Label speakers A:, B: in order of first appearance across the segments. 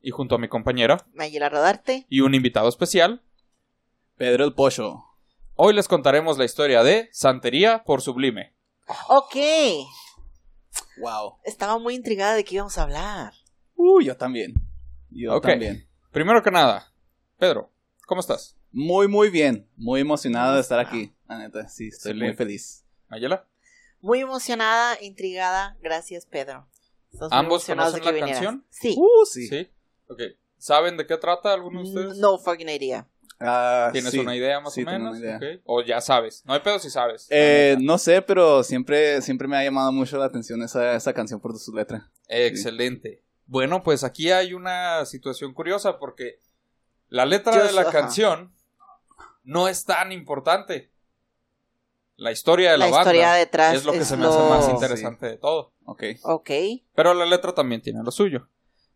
A: y junto a mi compañera,
B: Mayela Rodarte.
A: y un invitado especial,
C: Pedro el Pollo.
A: hoy les contaremos la historia de Santería por Sublime.
B: Ok.
C: Wow.
B: Estaba muy intrigada de qué íbamos a hablar.
C: Uh, yo también. Yo
A: Ok.
C: también.
A: Primero que nada, Pedro, ¿cómo estás?
C: Muy, muy bien. Muy emocionado de estar aquí. La neta, sí, estoy muy
A: Excelente.
C: feliz.
A: Mayela,
B: Muy emocionada, e intrigada. Gracias, Pedro. Estamos muy
A: ¿Ambos
B: emocionados de
A: conocen
B: que
A: la
B: vinieras.
A: canción?
B: Sí. Mm,
C: Uh,
A: ¿sí?
C: sí.
A: Ok. ¿Saben de qué trata alguno de ustedes?
B: No fucking idea.
C: Ah,
A: ¿Tienes
C: sí.
A: una idea más
C: sí,
A: o
C: tengo
A: menos?
C: una idea.
A: Ok. O ya sabes. No hay pedo si sabes.
C: Eh, no sé, pero siempre, siempre me ha llamado mucho la atención esa, esa canción por su letra.
A: Excelente. Bueno, pues aquí hay una situación curiosa porque la letra
B: Yo
A: de la
B: sé, ajá.
A: canción no es tan importante. La historia de la,
B: La historia
A: banda
B: detrás
A: es lo que se me hace más
C: lo-
A: interesante de todo.
C: Ok.
B: Ok.
A: Pero la letra también tiene lo suyo.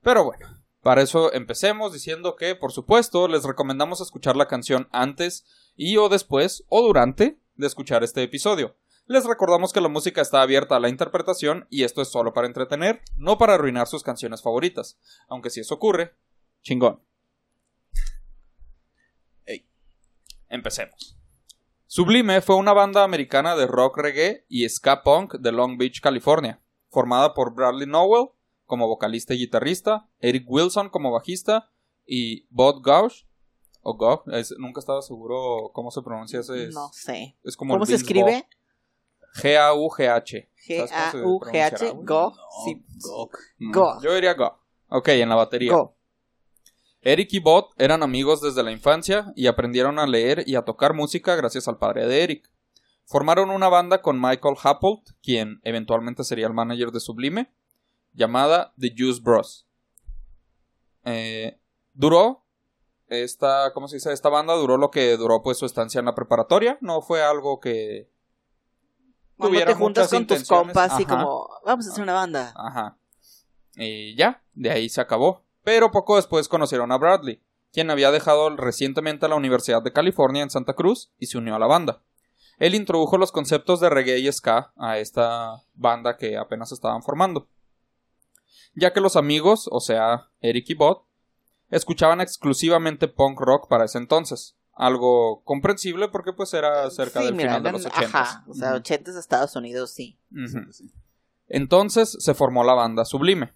A: Pero bueno, para eso empecemos diciendo que, por supuesto, les recomendamos escuchar la canción antes y o después o durante de escuchar este episodio. Les recordamos que la música está abierta a la interpretación y esto es solo para entretener, no para arruinar sus canciones favoritas. Aunque si eso ocurre, chingón.
C: Ey.
A: Empecemos. Sublime fue una banda americana de rock reggae y ska punk de Long Beach, California formada por Bradley Nowell como vocalista y guitarrista, Eric Wilson como bajista y Bob Gauch o Gauch, es- nunca estaba seguro cómo se pronuncia ese es,
B: No sé.
A: es como el
B: ¿Cómo se
A: Vince
B: escribe?
A: G A U G H. ¿Sabes cómo se
B: G-A-U-G-H.
A: pronunciará,
B: Go.
C: No,
B: Sí.
C: Gok.
B: Go.
A: güey? Yo diría Gauch. Ok, en la batería.
B: Go.
A: Eric y Bot eran amigos desde la infancia y aprendieron a leer y a tocar música gracias al padre de Eric. Formaron una banda con Michael Happold, quien eventualmente sería el manager de Sublime, llamada The Juice Bros. Eh, duró esta, ¿cómo se dice? Esta banda duró lo que duró pues su estancia en la preparatoria. No fue algo que
B: Cuando
A: tuviera
B: te juntas
A: muchas
B: con tus
A: intenciones.
B: compas y
A: Ajá.
B: como, vamos a hacer una banda.
A: Ajá. Y ya, de ahí se acabó. Pero poco después conocieron a Bradley, quien había dejado recientemente la Universidad de California en Santa Cruz y se unió a la banda. Él introdujo los conceptos de reggae y ska a esta banda que apenas estaban formando. Ya que los amigos, o sea, Eric y Bot, escuchaban exclusivamente punk rock para ese entonces. Algo comprensible porque pues era cerca
B: Sí,
A: del
B: mira,
A: final de los
B: eran-
A: 80.
B: Ajá. O sea, 80 de Estados Unidos, sí.
A: Entonces se formó la banda Sublime.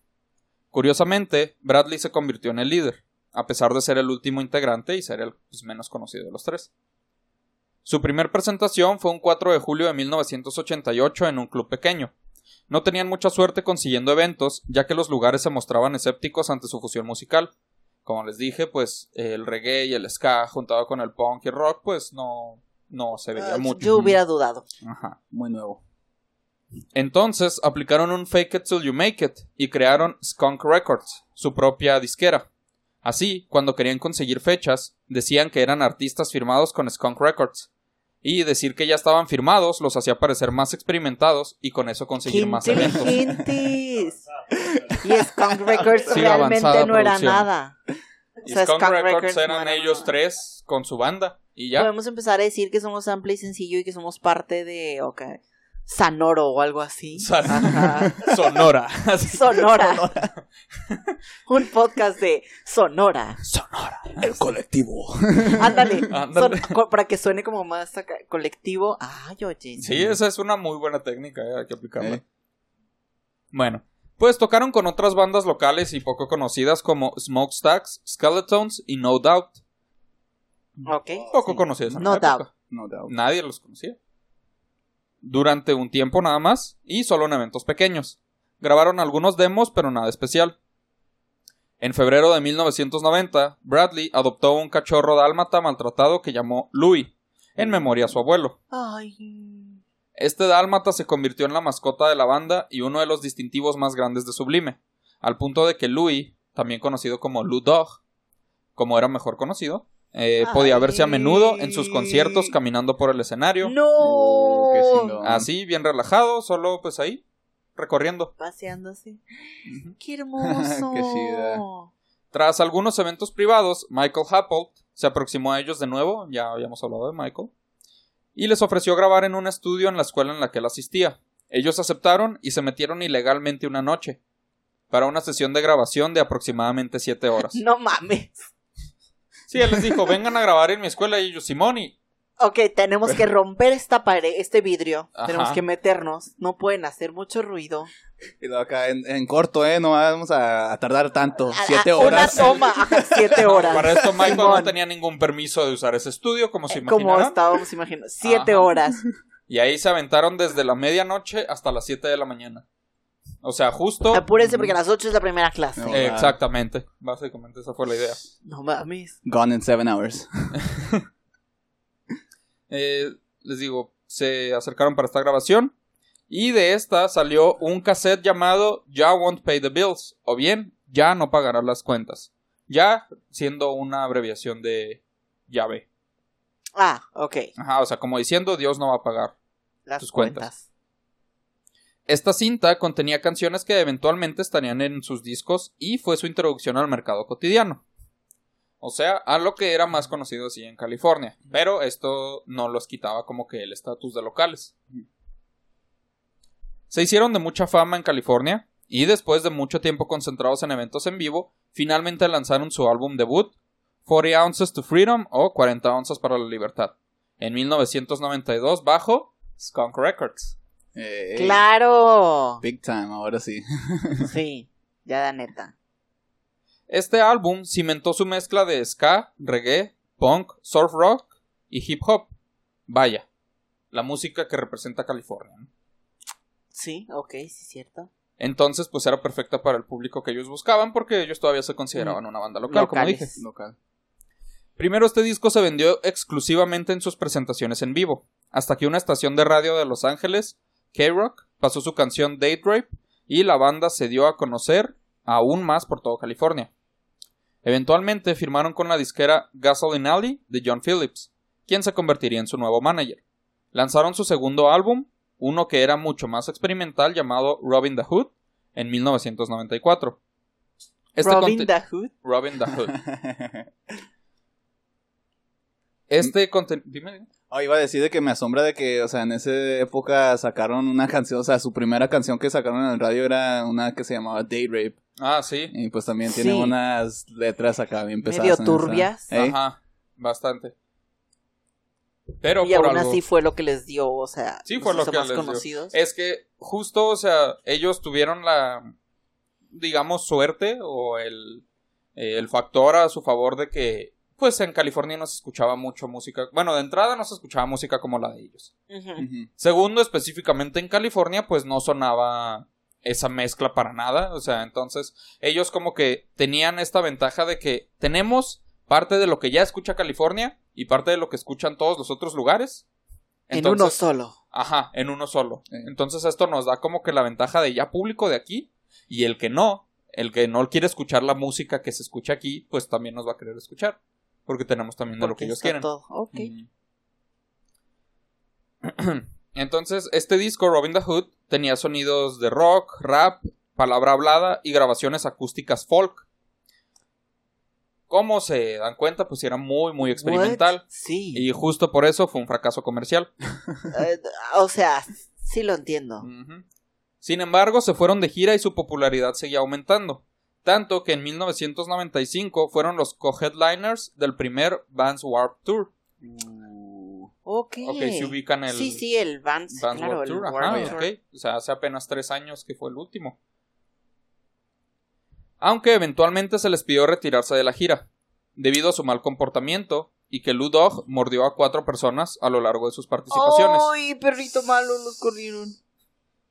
A: Curiosamente, Bradley se convirtió en el líder, a pesar de ser el último integrante y ser el pues, menos conocido de los tres. Su primer presentación fue un 4 de julio de 1988 en un club pequeño. No tenían mucha suerte consiguiendo eventos, ya que los lugares se mostraban escépticos ante su fusión musical. Como les dije, pues el reggae y el ska juntado con el punk y el rock, pues no, no se veía
B: Ah,
A: mucho.
B: Yo hubiera dudado.
A: Ajá.
C: Muy nuevo.
A: Entonces aplicaron un fake it till you make it y crearon Skunk Records, su propia disquera. Así, cuando querían conseguir fechas, decían que eran artistas firmados con Skunk Records. Y decir que ya estaban firmados los hacía parecer más experimentados y con eso
B: ¡Qué
A: conseguir más eventos.
B: inteligentes! y Skunk Records
A: Sí, la avanzada
B: realmente no era
A: producción.
B: nada.
A: Y
B: O sea,
A: Skunk,
B: Skunk
A: Records,
B: Records
A: eran
B: no era
A: ellos
B: nada.
A: tres con su banda. Y ya.
B: Podemos empezar a decir que somos sample y sencillo y que somos parte de ok, Sanoro o algo así.
A: San-
B: Ajá.
A: Sonora.
B: Sonora. Un podcast de Sonora.
A: Sonora.
C: El colectivo.
B: Ándale.
A: Ándale.
B: Son- co- para que suene como más acá, colectivo. Ay, oye.
A: Sí, esa es una muy buena técnica, eh, hay que aplicarla.
C: Eh.
A: Bueno, pues tocaron con otras bandas locales y poco conocidas como Smokestacks, Skeletons y No Doubt.
B: Ok.
A: Poco
C: Sí.
A: conocidas. en
B: No
A: la época.
B: Doubt.
C: No doubt.
A: Nadie los conocía. Durante un tiempo nada más y solo en eventos pequeños. Grabaron algunos demos, pero nada especial. En febrero de 1990, Bradley adoptó un cachorro dálmata maltratado que llamó Louis, en memoria a su abuelo.
B: Ay.
A: Este dálmata se convirtió en la mascota de la banda y uno de los distintivos más grandes de Sublime, al punto de que Louis, también conocido como Lou Dog, como era mejor conocido, eh,
B: Ay.
A: podía verse a menudo en sus conciertos caminando por el escenario.
B: No.
C: Uh, qué chingón.
A: Así, bien relajado, solo pues ahí, recorriendo.
B: Paseando así. Qué hermoso.
C: Qué chida.
A: Tras algunos eventos privados, Michael Happold se aproximó a ellos de nuevo, ya habíamos hablado de Michael, y les ofreció grabar en un estudio en la escuela en la que él asistía. Ellos aceptaron y se metieron ilegalmente una noche para una sesión de grabación de aproximadamente 7 horas.
B: No mames.
A: Sí, él les dijo, vengan a grabar en mi escuela y ellos, Simón, y
B: Ok, tenemos que romper esta pared, este vidrio.
A: Ajá.
B: Tenemos que meternos. No pueden hacer mucho ruido.
C: Y luego acá en, en corto, ¿eh? No vamos a, a tardar tanto.
B: A- a-
C: Siete horas.
B: Una toma. Ajá, Siete horas.
A: Para esto Michael no
B: Simón.
A: tenía ningún permiso de usar ese estudio, como se
B: Eh, Como
A: imaginarán.
B: estábamos imaginando. Siete
A: Ajá.
B: horas.
A: Y ahí se aventaron desde la medianoche hasta las 7 de la mañana. O sea, justo...
B: Apúrense porque a las ocho es la primera clase.
C: No.
A: Eh, exactamente. Básicamente esa fue la idea.
B: No mames.
C: Gone in seven hours.
A: Eh, les digo, se acercaron para esta grabación. Y de esta salió un cassette llamado Ya Won't Pay the Bills. O bien, Ya No Pagará las Cuentas. Ya siendo una abreviación de llave.
B: Ah, ok.
A: Ajá, o sea, como diciendo Dios no va a pagar.
B: Las
A: Tus cuentas.
B: cuentas.
A: Esta cinta contenía canciones que eventualmente estarían en sus discos y fue su introducción al mercado cotidiano. O sea, a lo que era más conocido así en California. Pero esto no los quitaba como que el estatus de locales. Se hicieron de mucha fama en California y después de mucho tiempo concentrados en eventos en vivo, finalmente lanzaron su álbum debut, 40 Ounces to Freedom o 40 Onzas para la Libertad, en 1992 bajo Skunk Records.
C: Eh, eh,
B: Claro.
C: Big time, ahora sí.
B: Sí, ya da neta.
A: Este álbum cimentó su mezcla de ska, reggae, punk, surf rock y hip hop. Vaya, la música que representa California. ¿no?
B: Sí, ok, sí, cierto.
A: Entonces, pues era perfecta para el público que ellos buscaban porque ellos todavía se consideraban una banda local,
B: Locales.
A: como dije.
C: Local.
A: Primero este disco se vendió exclusivamente en sus presentaciones en vivo, hasta que una estación de radio de Los Ángeles, K-Rock, pasó su canción Date Rape y la banda se dio a conocer aún más por todo California. Eventualmente firmaron con la disquera Gasoline Alley de John Phillips, quien se convertiría en su nuevo manager. Lanzaron su segundo álbum, uno que era mucho más experimental llamado Robin the Hood, en 1994. Este
B: Robin
A: conte-
B: the Hood.
A: Robin the Hood. Este contenido. Dime.
C: Oh, iba a decir de que me asombra de que, o sea, en esa época sacaron una canción, o sea, su primera canción que sacaron en el radio era una que se llamaba Day Rape.
A: Ah, sí.
C: Y pues también tiene
B: Sí.
C: unas letras acá bien pesadas.
B: Medio
C: en esa-
B: turbias.
C: ¿Eh?
A: Ajá. Bastante. Pero
B: Y
A: por
B: aún
A: algo.
B: así fue lo que les dio, o sea,
A: Sí,
B: los
A: fue lo
B: hizo
A: que
B: más
A: les dio. Eh,
B: conocidos.
A: Es que justo, o sea, ellos tuvieron la, digamos, suerte o el, eh, el factor a su favor de que, pues en California no se escuchaba mucho música. Bueno, de entrada no se escuchaba música como la de ellos.
B: Ujú.
C: Ujú.
A: Segundo, específicamente en California, pues no sonaba esa mezcla para nada. O sea, entonces ellos como que tenían esta ventaja de que tenemos parte de lo que ya escucha California y parte de lo que escuchan todos los otros lugares.
B: En
A: Entonces-
B: uno solo.
A: Ajá, en uno solo.
C: Sí.
A: Entonces esto nos da como que la ventaja de ya público de aquí y el que no, el que no quiere escuchar la música que se escucha aquí, pues también nos va a querer escuchar. Porque tenemos también de lo
B: porque
A: que ellos
B: está
A: quieren.
B: todo. Ok.
A: Mm. Entonces, este disco, Robin the Hood, tenía sonidos de rock, rap, palabra hablada y grabaciones acústicas folk. Como se dan cuenta, pues era muy, muy experimental.
B: What? Sí.
A: Y justo por eso fue un fracaso comercial.
B: Eh, o sea, sí lo entiendo.
A: Ujú. Sin embargo, se fueron de gira y su popularidad seguía aumentando. Tanto que en 1995 fueron los co-headliners del primer Vans Warp Tour.
B: Ok.
A: Ok, se ubican el,
B: Sí, sí, el Vans,
A: Vans
B: claro,
A: Warped
B: el
A: Tour,
B: Warped
A: ajá,
B: Tour.
A: ok. O sea, hace apenas tres años que fue el último. Aunque eventualmente se les pidió retirarse de la gira, debido a su mal comportamiento y que Lou Dog mordió a cuatro personas a lo largo de sus participaciones.
B: Ay, perrito malo, los corrieron.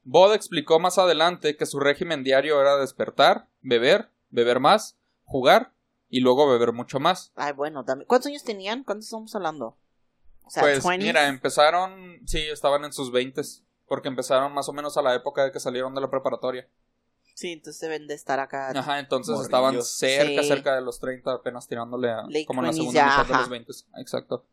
A: Bod explicó más adelante que su régimen diario era despertar, beber, beber más, jugar y luego beber mucho más.
B: Ay, bueno, también. ¿Cuántos años tenían? ¿Cuántos estamos hablando? O sea,
A: Pues
B: 20s.
A: mira, empezaron, sí, estaban en sus veintes, porque empezaron más o menos a la época de que salieron de la preparatoria.
B: Sí, entonces deben de estar acá.
A: Ajá, entonces
C: Morrillos.
A: estaban cerca,
B: Sí.
A: cerca de los 30, apenas tirándole a...
B: Lake
A: como en la
B: Winnie,
A: segunda
B: ya,
A: mitad de
B: ajá.
A: los 20. Exacto.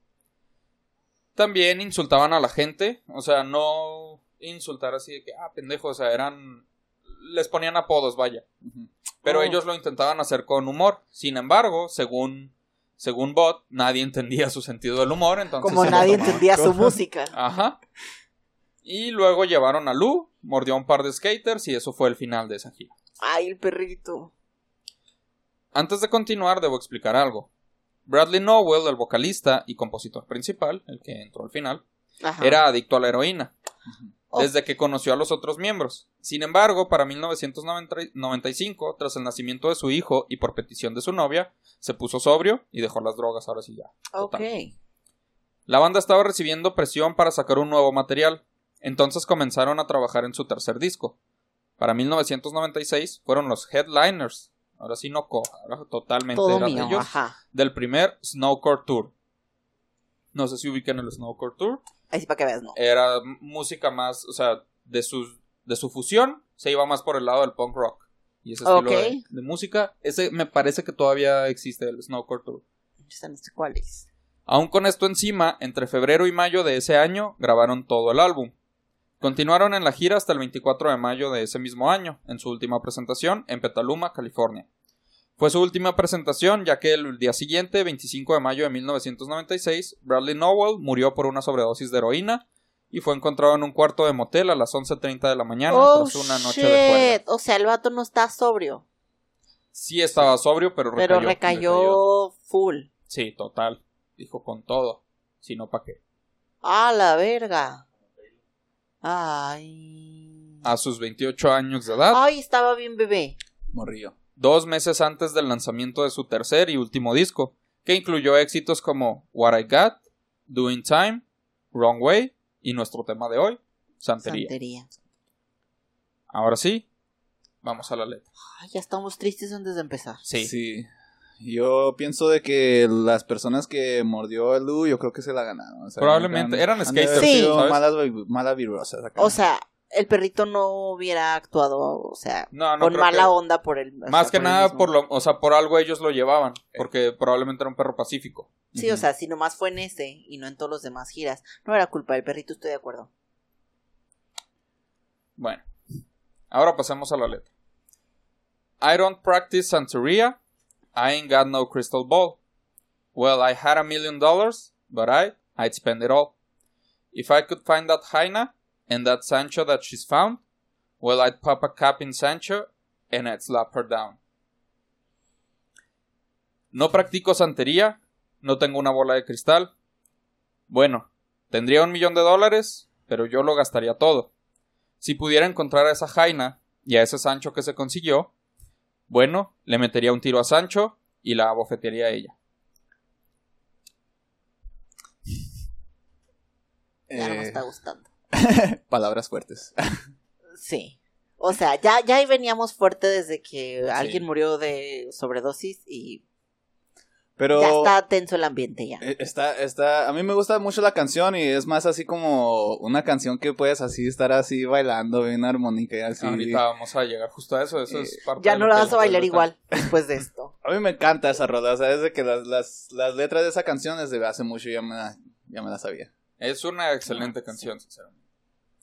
A: También insultaban a la gente, o sea, no insultar así de que, ah, pendejo, o sea, eran... Les ponían apodos, vaya.
C: Ujú.
A: Pero
B: Oh.
A: ellos lo intentaban hacer con humor. Sin embargo, según, según Bot, nadie entendía su sentido del humor, entonces...
B: Como
A: se lo
B: nadie
A: tomaban
B: entendía su
C: con-
B: música.
A: Ajá. Y luego llevaron a Lu, mordió a un par de skaters y eso fue el final de esa gira.
B: Ay, el perrito.
A: Antes de continuar, debo explicar algo. Bradley Nowell, el vocalista y compositor principal, el que entró al final,
B: Ajá.
A: era adicto a la heroína,
B: Oh.
A: desde que conoció a los otros miembros. Sin embargo, para 1995, tras el nacimiento de su hijo y por petición de su novia, se puso sobrio y dejó las drogas ahora sí ya.
B: Ok.
A: La banda estaba recibiendo presión para sacar un nuevo material, entonces comenzaron a trabajar en su tercer disco. Para 1996 fueron los Headliners, ahora sí no co, ahora totalmente
B: Todo
A: eran
B: mío,
A: ellos,
B: ajá.
A: del primer Snowcore Tour. No sé si ubican el Snowcore Tour.
B: Ahí sí para que veas, ¿no?
A: Era m- música más, o sea, de su, de su fusión se iba más por el lado del punk rock. Y ese estilo de-
B: Ok.
A: de, música, ese me parece que todavía existe el Snowcore Tour.
B: Ya no sé cuál es.
A: Aún con esto encima, entre febrero y mayo de ese año grabaron todo el álbum. Continuaron en la gira hasta el 24 de mayo de ese mismo año, en su última presentación en Petaluma, California. Fue su última presentación ya que el día siguiente, 25 de mayo de 1996, Bradley Nowell murió por una sobredosis de heroína y fue encontrado en un cuarto de motel a las 11.30 de la mañana
B: Oh,
A: tras una noche
B: shit.
A: de cuerda.
B: O sea, el vato no está sobrio,
A: Sí estaba sobrio, pero recayó.
B: pero recayó full.
A: Sí, total. Dijo con todo. Si no, ¿para qué?
B: A la verga. Ay.
A: a sus 28 años de edad,
B: Ay, estaba bien bebé.
C: Morrillo.
A: dos meses antes del lanzamiento de su tercer y último disco, que incluyó éxitos como What I Got, Doing Time, Wrong Way y nuestro tema de hoy, Santería.
B: Santería.
A: Ahora sí, vamos a la letra.
B: Ay, ya estamos tristes antes de empezar.
A: Sí,
C: Sí. Yo pienso de que las personas que mordió a Lu, yo creo que se la ganaron. o sea,
A: Probablemente.
C: han-
A: Eran
C: han de haber
B: skaters,
C: sido
A: ¿sabes?
C: malas, vi- malas virosas
A: Ah.
C: acá.
B: O sea, el perrito no hubiera actuado, o sea,
A: No, Ah, no
B: con
A: creo que-
B: mala onda por el. o
A: Más
B: sea,
A: que
B: por el
A: nada,
B: mismo. Eh.
A: por lo, o sea, por algo ellos lo llevaban, porque probablemente era un perro pacífico.
B: Sí, o sea, si nomás fue en ese y no en todos los demás giras. No era culpa del perrito, estoy de acuerdo.
A: Bueno, ahora pasemos a la letra. I don't practice Santeria. I ain't got no crystal ball. Well, I had a million dollars, but I, I'd spend it all. If I could find that Jaina and that Sancho that she's found, well, I'd pop a cap in Sancho and I'd slap her down. No practico santería, no tengo una bola de cristal. Bueno, tendría un millón de dólares, pero yo lo gastaría todo. Si pudiera encontrar a esa Jaina y a ese Sancho que se consiguió, bueno, le metería un tiro a Sancho y la abofetearía a ella.
B: Ya no me
C: Eh,
B: está gustando.
C: palabras fuertes.
B: Sí. O sea, ya, ya ahí veníamos fuerte desde que alguien murió de sobredosis y
C: Pero
B: ya está tenso el ambiente ya.
C: Eh, Está, está, a mí me gusta mucho la canción y es más así como una canción que puedes así estar así bailando, bien armónica y así.
A: Ahorita vamos a llegar justo a eso. Eso es parte
B: Eh, Ya
A: de
B: no
A: lo
B: la
A: que
B: vas a
A: les
B: bailar
A: voy
B: igual
A: pues,
B: después de esto.
C: A mí me encanta esa rola, o sea, desde que las, las, las letras de esa canción desde hace mucho ya me la, ya me la sabía.
A: Es una excelente canción, sinceramente.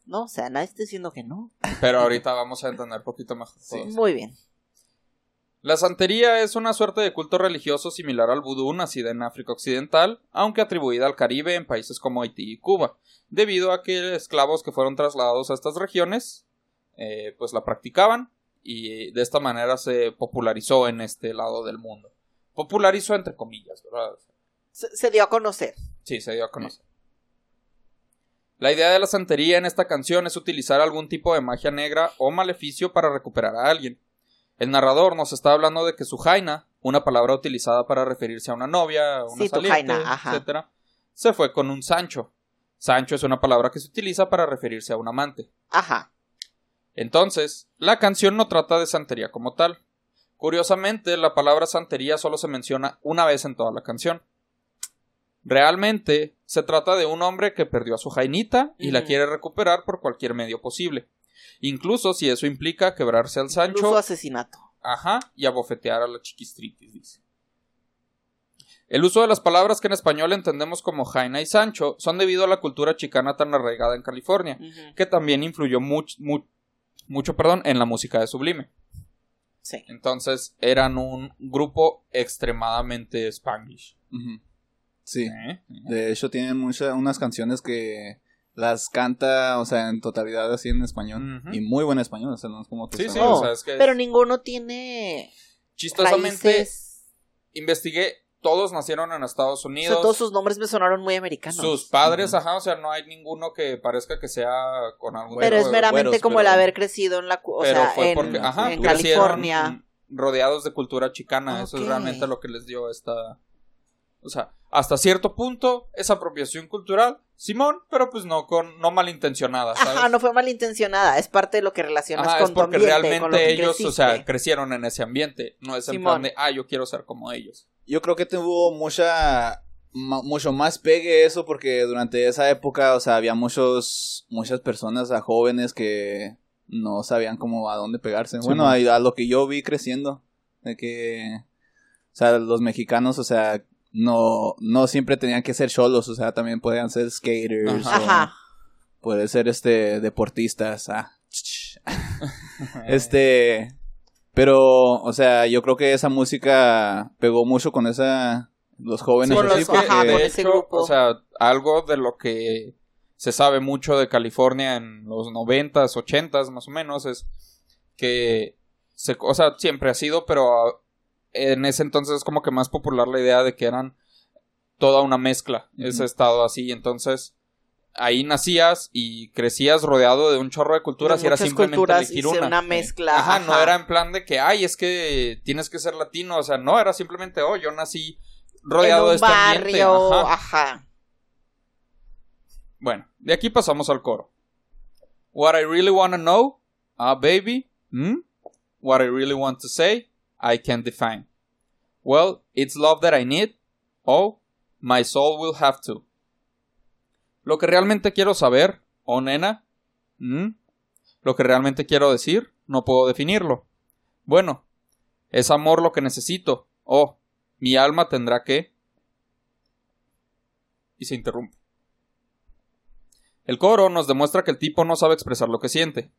B: No, o sea, nadie está diciendo que no.
A: Pero ahorita vamos a entender poquito mejor.
C: Sí.
A: todo.
B: Muy bien.
A: La santería es una suerte de culto religioso similar al vudú nacida en África Occidental, aunque atribuida al Caribe en países como Haití y Cuba, debido a que esclavos que fueron trasladados a estas regiones, eh, pues la practicaban y de esta manera se popularizó en este lado del mundo. Popularizó entre comillas, ¿verdad?
B: Se, se dio a conocer.
A: Sí, se dio a conocer. La idea de la santería en esta canción es utilizar algún tipo de magia negra o maleficio para recuperar a alguien. El narrador nos está hablando de que su jaina, una palabra utilizada para referirse a una novia, una
B: Sí, tu
A: saliente,
B: jaina, ajá.
A: etcétera, se fue con un sancho. Sancho es una palabra que se utiliza para referirse a un amante.
B: Ajá.
A: Entonces, la canción no trata de santería como tal. Curiosamente, la palabra santería solo se menciona una vez en toda la canción. Realmente, se trata de un hombre que perdió a su jainita y la
B: Ujú.
A: quiere recuperar por cualquier medio posible. Incluso si eso implica quebrarse al Sancho,
B: Incluso asesinato.
A: ajá, y abofetear a la chiquistritis, dice. El uso de las palabras que en español entendemos como Jaina y Sancho son debido a la cultura chicana tan arraigada en California,
B: Ujú.
A: que también influyó much- mu- mucho perdón, en la música de Sublime.
B: Sí.
A: Entonces eran un grupo extremadamente spanglish.
C: Ujú. Sí.
A: ¿eh?
C: De hecho, tienen muchas, unas canciones que las canta, o sea, en totalidad así en español.
A: Ujú.
C: Y muy buen español, o sea, no es como que
A: Sí, sí,
C: sea-
A: o
B: No,
A: sea, es que
B: Pero ninguno tiene
A: chistosamente
B: raíces.
A: investigué, todos nacieron en Estados
B: O
A: Unidos.
B: sea, todos sus nombres me sonaron muy americanos.
A: Sus padres,
C: Ujú.
A: ajá, o sea, no hay ninguno que parezca que sea con algún
B: pero
A: tipo
B: es
A: de-
B: meramente
C: güeros,
B: como
C: pero-
B: el haber crecido en la cu- o
A: pero
B: sea,
A: fue
B: en,
A: porque, ajá,
B: en
A: crecieron
B: California.
A: mm, rodeados de cultura chicana,
B: Ah,
A: eso es
B: ok.
A: realmente lo que les dio esta o sea, hasta cierto punto es apropiación cultural, Simón, pero pues no con no malintencionada, ¿sabes?
B: Ajá, no fue malintencionada, es parte de lo que relacionas
A: Ajá,
B: con
A: es porque
B: tu ambiente, con lo
A: realmente
B: que
A: ellos, o
B: creciste.
A: sea, crecieron en ese ambiente, no es en
B: Simón.
A: plan de, ah, yo quiero ser como ellos.
C: Yo creo que tuvo mucha ma- mucho más pegue eso porque durante esa época, o sea, había muchos muchas personas, o sea, jóvenes que no sabían cómo a dónde pegarse.
A: Sí,
C: bueno,
A: ¿no?
C: a, a lo que yo vi creciendo, de que o sea, los mexicanos, o sea, no no siempre tenían que ser solos, o sea, también podían ser skaters,
A: Ajá.
B: Ajá.
C: o pueden ser este deportistas, ah. Este, pero, o sea, yo creo que esa música pegó mucho con esa, los jóvenes.
A: Con
C: así, eh,
A: los-
B: porque-
A: ajá,
B: con
A: de
B: ese
A: hecho,
B: grupo.
A: O sea, algo de lo que se sabe mucho de California en los noventas, ochentas, más o menos, es que se, o sea, siempre ha sido, pero ah, en ese entonces es como que más popular la idea de que eran toda una mezcla, ese
C: Ujú.
A: estado así, entonces ahí nacías y crecías rodeado de un chorro de culturas
B: De
A: y era
B: muchas
A: simplemente
B: culturas,
A: elegir
B: hice
A: una.
B: una mezcla,
A: Ajá, no
B: ajá.
A: era en plan de que, ay, es que tienes que ser latino, o sea, no, era simplemente, oh, yo nací rodeado
B: en
A: de este
B: un
A: ambiente.
B: barrio,
A: Ajá.
B: Ah. ajá.
A: Bueno, de aquí pasamos al coro. What I really wanna know, ah, baby, ¿Mm? What I really want to say, I can't define. Well, it's love that I need, oh, my soul will have to. Lo que realmente quiero saber, oh nena, ¿Mm? lo que realmente quiero decir, no puedo definirlo. Bueno, es amor lo que necesito, oh, mi alma tendrá que... Y se interrumpe. El coro nos demuestra que el tipo no sabe expresar lo que siente.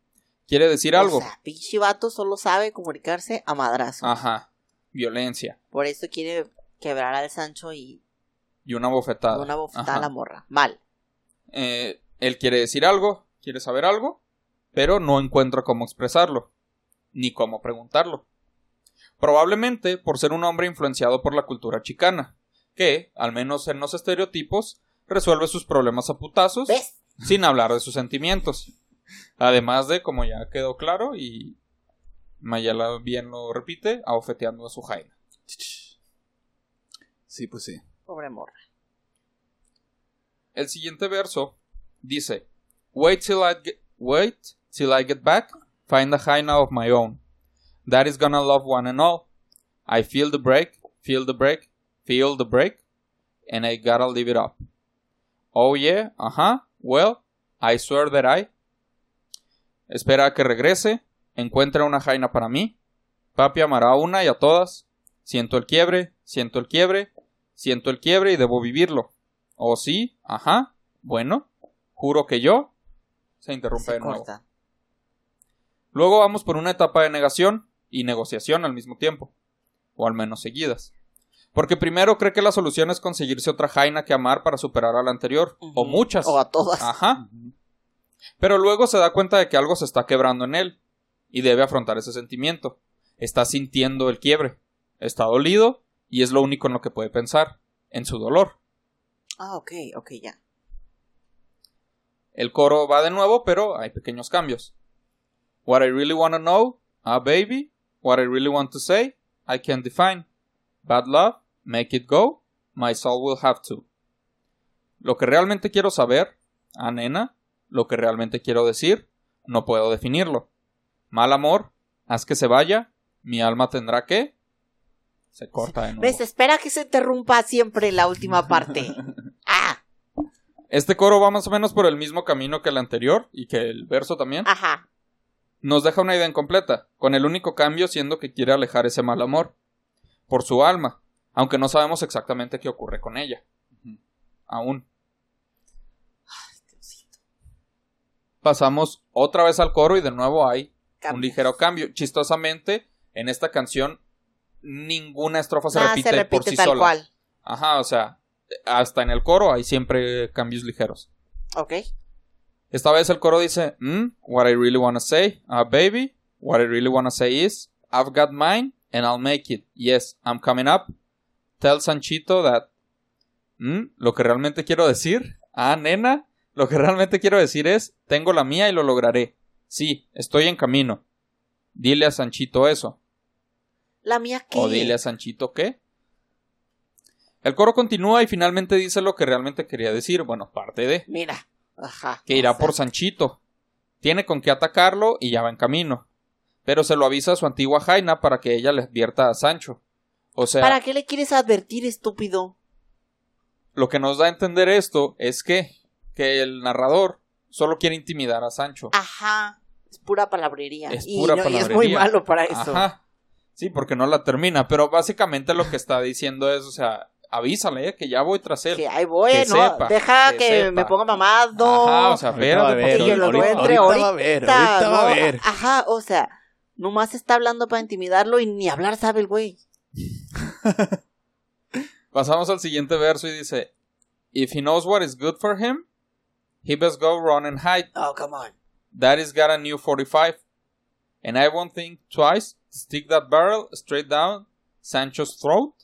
A: Quiere decir algo. Ah.
B: O sea, pinche vato solo sabe comunicarse a madrazo.
A: Ajá. Violencia.
B: Por eso quiere quebrar al Sancho y
A: Y una bofetada.
B: una bofetada
A: Ah, Ajá.
B: a la morra. Mal.
A: Eh, él quiere decir algo, quiere saber algo, pero no encuentra cómo expresarlo, ni cómo preguntarlo. Probablemente por ser un hombre influenciado por la cultura chicana, que, al menos en los estereotipos, resuelve sus problemas a putazos
B: ¿Ves?
A: sin hablar de sus sentimientos. Además de, como ya quedó claro y Mayala bien lo repite, abofeteando a su jaina.
C: Sí, pues sí.
B: Pobre morra.
A: El siguiente verso dice: Wait till I get, wait till I get back, find a hyena of my own. That is gonna love one and all. I feel the break, feel the break, feel the break, and I gotta live it up. Oh yeah, ajá, well, I swear that I. Espera a que regrese, encuentra una jaina para mí. Papi amará a una y a todas. Siento el quiebre, siento el quiebre, siento el quiebre y debo vivirlo. Oh, sí, ajá, bueno, juro que yo. Se interrumpe
B: Se
A: de nuevo.
B: corta.
A: Luego vamos por una etapa de negación y negociación al mismo tiempo, o al menos seguidas. Porque primero cree que la solución es conseguirse otra jaina que amar para superar a la anterior, o
B: Ujú.
A: muchas. Ah.
B: O a todas.
A: Ajá. Pero luego se da cuenta de que algo se está quebrando en él y debe afrontar ese sentimiento. Está sintiendo el quiebre, está dolido y es lo único en lo que puede pensar, en su dolor.
B: Ah, ok, ok, ya.
A: El coro va de nuevo, pero hay pequeños cambios. What I really wanna know, ah baby, what I really want to say, I can't define. Bad love, make it go, my soul will have to. Lo que realmente quiero saber, ah nena, lo que realmente quiero decir, no puedo definirlo. Mal amor, haz que se vaya, mi alma tendrá que. Se corta de nuevo.
B: ¿Ves? Espera que se interrumpa siempre la última parte. ah,
A: Este coro va más o menos por el mismo camino que el anterior y que el verso también.
B: ajá.
A: Nos deja una idea incompleta, con el único cambio siendo que quiere alejar ese mal amor por su alma, aunque no sabemos exactamente qué ocurre con ella. Aún. Pasamos otra vez al coro y de nuevo hay un
B: Cambios.
A: ligero cambio. Chistosamente, en esta canción ninguna estrofa se
B: Ah,
A: repite, por sí
B: tal
A: sola.
B: cual.
A: Ajá, o sea, hasta en el coro hay siempre cambios ligeros.
B: Ok.
A: Esta vez el coro dice, "Mm, what I really wanna say, ah, baby, what I really wanna say is, I've got mine and I'll make it. Yes, I'm coming up. Tell Sanchito that. "Mm, lo que realmente quiero decir, ah, nena, lo que realmente quiero decir es, tengo la mía y lo lograré. Sí, estoy en camino. Dile a Sanchito eso.
B: La mía que.
A: O dile a Sanchito que. El coro continúa y finalmente dice lo que realmente quería decir. Bueno, parte de.
B: Mira. Ajá.
A: Que irá
B: o sea,
A: por Sanchito. Tiene con qué atacarlo y ya va en camino. Pero se lo avisa a su antigua Jaina para que ella le advierta a Sancho. O sea,
B: ¿Para qué le quieres advertir, estúpido?
A: lo que nos da a entender esto es que, que el narrador solo quiere intimidar a Sancho.
B: Ah, Ajá. Es pura palabrería.
A: Es
B: y,
A: pura
B: no- y es muy
A: palabrería.
B: malo para eso.
A: Ajá. Sí, porque no la termina. Pero básicamente lo que está diciendo es, o sea, avísale eh, que ya voy tras él.
B: Que ahí voy,
A: Que
B: no.
A: sepa,
B: deja
A: que
B: que,
A: sepa.
B: me ponga mamado.
A: Ajá, o sea,
C: Ahorita va a
A: espérate,
C: ver,
A: porque
B: que yo lo
A: ahorita-
C: ahorita-
B: encuentre
C: ahorita va a ver, ahorita va a
B: ¿no?
C: ver.
B: Ajá, o sea, nomás está hablando para intimidarlo y ni hablar sabe el güey.
A: Pasamos al siguiente verso y dice: If he knows what is good for him, he best go run and hide.
B: Oh, come on.
A: Daddy's got a new 45. And I won't think twice. Stick that barrel straight down Sancho's throat.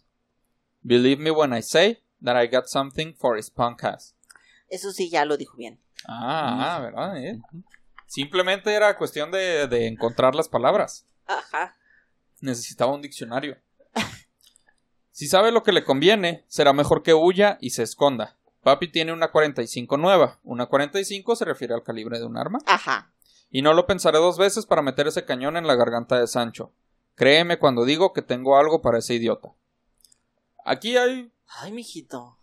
A: Believe me when I say that I got something for his punk ass.
B: Eso sí, ya lo dijo bien.
A: Ah, ah, ¿verdad? eh? Simplemente era cuestión de, de encontrar las palabras.
B: Ajá.
A: Necesitaba un diccionario. Si sabe lo que le conviene, será mejor que huya y se esconda. Papi tiene una 45 nueva. Una 45 se refiere al calibre de un arma.
B: Ajá.
A: Y no lo pensaré dos veces para meter ese cañón en la garganta de Sancho. Créeme cuando digo que tengo algo para ese idiota. Aquí hay...
B: Ay, mijito.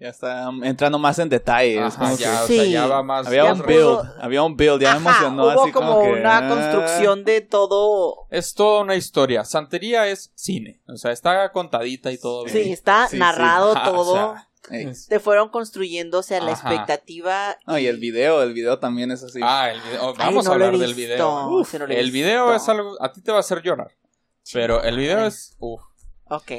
C: Ya está entrando más en detalles.
A: Ajá, ya,
C: como que-
A: o sea,
B: Sí.
A: ya va más...
C: Había
A: más
C: un
A: re-
B: pudo-
C: build, había un build, ya me
B: Ajá,
C: emocionó
B: hubo
C: así como,
B: como
C: que,
B: una
C: ah.
B: construcción de todo.
A: Es toda una historia. Santería es cine. O sea, está contadita y todo
B: Sí,
A: bien.
B: está
C: Sí, sí.
B: narrado
A: Ajá,
B: todo.
A: o sea,
C: Ey.
B: Te fueron construyéndose a la
A: Ajá.
B: expectativa.
C: No, y el video, el video también es así.
A: Ah, el video.
B: Ay,
A: Vamos
B: no
A: a
B: lo he
A: hablar del
B: visto,
A: video.
B: ese no lo he
A: el video
B: visto.
A: es algo. A ti te va a hacer llorar. Pero el video es. Uf.
B: Ok.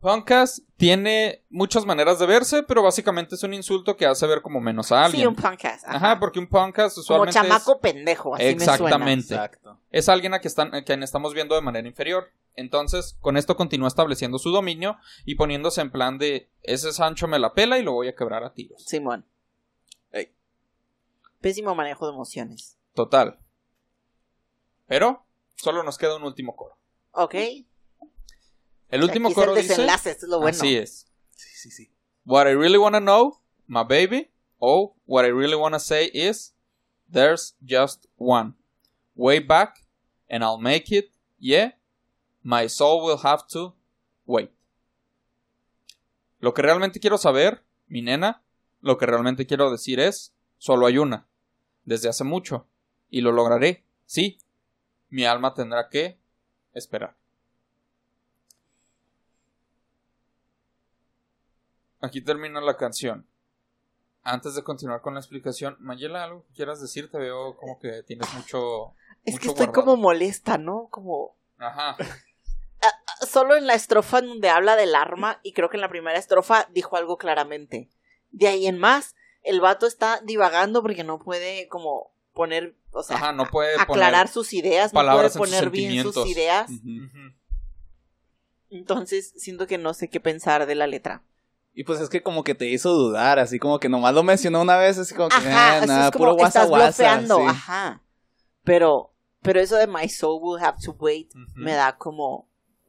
A: Punkast tiene muchas maneras de verse, pero básicamente es un insulto que hace ver como menos a alguien.
B: Sí, un podcast.
A: Ajá. porque un Punkast
B: Como
A: usualmente.
B: chamaco pendejo, así me
A: Exactamente.
C: Exacto.
A: Es, es alguien a quien, están, a quien estamos viendo de manera inferior. Entonces, con esto continúa estableciendo su dominio y poniéndose en plan de: Ese Sancho me la pela y lo voy a quebrar a tiros.
B: suena. Simón.
C: Ey.
B: Pésimo manejo de emociones.
A: Total. Pero, solo nos queda un último coro.
B: Ok.
A: El último
B: Aquí
A: coro
B: es el
A: dice.
B: desenlace, esto es lo bueno.
A: Así es.
C: Sí, sí, sí.
A: What I really wanna know, my baby, oh, what I really wanna say is, there's just one. Way back, and I'll make it, yeah, my soul will have to wait. Lo que realmente quiero saber, mi nena, lo que realmente quiero decir es, solo hay una, desde hace mucho, y lo lograré, sí, mi alma tendrá que esperar. Aquí termina la canción. Antes de continuar con la explicación, Mayela, algo que quieras decir, te veo como que tienes mucho.
B: Es
A: mucho
B: que estoy
A: guardado.
B: como molesta, ¿no? Como
A: Ajá.
B: solo en la estrofa en donde habla del arma y creo que en la primera estrofa dijo algo claramente. De ahí en más, el vato está divagando porque no puede como poner, o sea,
A: Ajá, no puede
B: aclarar sus ideas, no puede
A: palabras en sus
B: poner bien sus
A: sentimientos. Mm.
B: ideas.
C: Ujú.
A: poner. Ujú.
B: Entonces siento que no sé qué pensar de la letra.
C: Y pues es que como que te hizo dudar, así como que nomás lo mencionó una vez, así como que
B: Ajá,
C: ah,
B: o sea,
C: nada,
B: es como
C: puro guasa
B: estás
C: guasa.
B: bloqueando,
C: sí.
B: ajá. Pero, pero eso de my soul will have to wait
A: Ujú.
B: me da como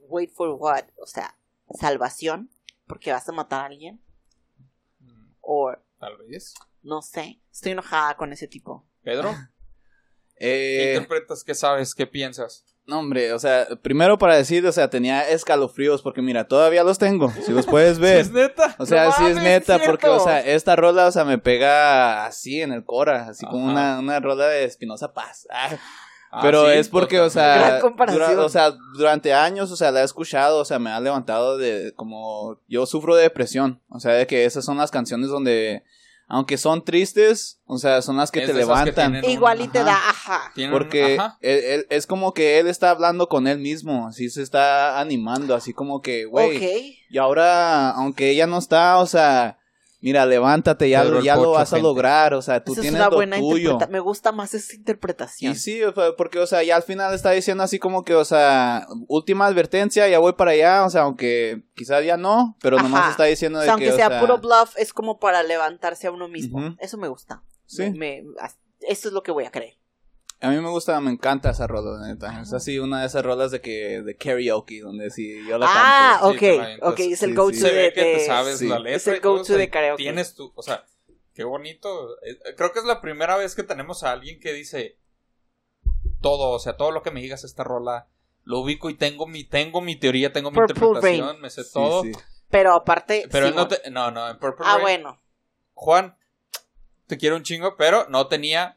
B: wait for what, o sea, salvación, porque vas a matar a alguien,
A: Mm,
B: o
A: Tal vez.
B: no sé, estoy enojada con ese tipo.
A: Pedro, ¿qué
C: Eh,
A: interpretas? ¿Qué sabes? ¿Qué piensas?
C: No, hombre, o sea, primero para decir, o sea, tenía escalofríos, porque mira, todavía los tengo, si los puedes ver.
A: ¿Es neta?
C: O sea,
B: No
C: sí es
B: mames,
C: neta,
B: ¿cierto?
C: porque, o sea, esta rola, o sea, me pega así en el cora, así como
A: Ajá.
C: una, una rola de Espinosa Paz. Ah,
A: Ah,
C: pero
A: sí,
C: es porque, o
A: pues,
C: sea,
B: Gran comparación.
C: dura- o sea, durante años, o sea, la he escuchado, o sea, me ha levantado de como yo sufro de depresión, o sea, de que esas son las canciones donde aunque son tristes, o sea, son las que
A: Es
C: te
A: de esas que
C: levantan.
A: tienen-
B: Igual y te
C: Ajá.
B: da, ajá.
A: tienen-
C: Porque
A: ajá.
C: él- él- es como que él está hablando con él mismo, así se está animando, así como que, güey,
B: Ok.
C: y ahora, aunque ella no está, o sea, mira, levántate, ya,
A: Pedro
C: lo-
A: el
C: ya lo
A: Pocho,
C: vas a
A: gente.
C: lograr, o sea, tú
B: Esa es
C: tienes
B: una
C: lo
B: buena
C: tuyo.
B: interpretación. Me gusta más esa interpretación.
C: Y sí, o sea, porque, o sea, ya al final está diciendo así como que, o sea, última advertencia, ya voy para allá, o sea, aunque quizás ya no, pero nomás
B: Ajá.
C: está diciendo
B: O
C: de
B: sea,
C: que,
B: aunque
C: o
B: sea,
C: sea,
B: puro bluff, es como para levantarse a uno mismo.
C: Ujú.
B: Eso me gusta.
C: Sí.
B: Me- me- as- eso es lo que voy a creer.
C: A mí me gusta, me encanta esa rola, la neta. Es así una de esas rolas de que, de karaoke, donde si yo la
B: ah,
A: canto, sí,
B: ok.
A: te la
B: ok, es el
C: Sí,
B: go-to
C: sí.
A: se
B: de,
A: ve que te
B: de-
A: sabes
C: sí.
A: la letra.
B: Es el
A: y todo,
B: go-to
A: o sea,
B: de karaoke.
A: Tienes tú, o sea, qué bonito. Eh, Creo que es la primera vez que tenemos a alguien que dice todo, o sea, todo lo que me digas esta rola lo ubico y tengo mi tengo mi teoría, tengo mi
B: Purple
A: interpretación,
B: Rain.
A: me sé
C: Sí,
A: todo.
C: sí.
B: Pero aparte.
A: Pero él no
B: Simón.
A: te- no, no, en Purple
B: Ah,
A: Rain,
B: bueno.
A: Juan, te quiero un chingo, pero no tenía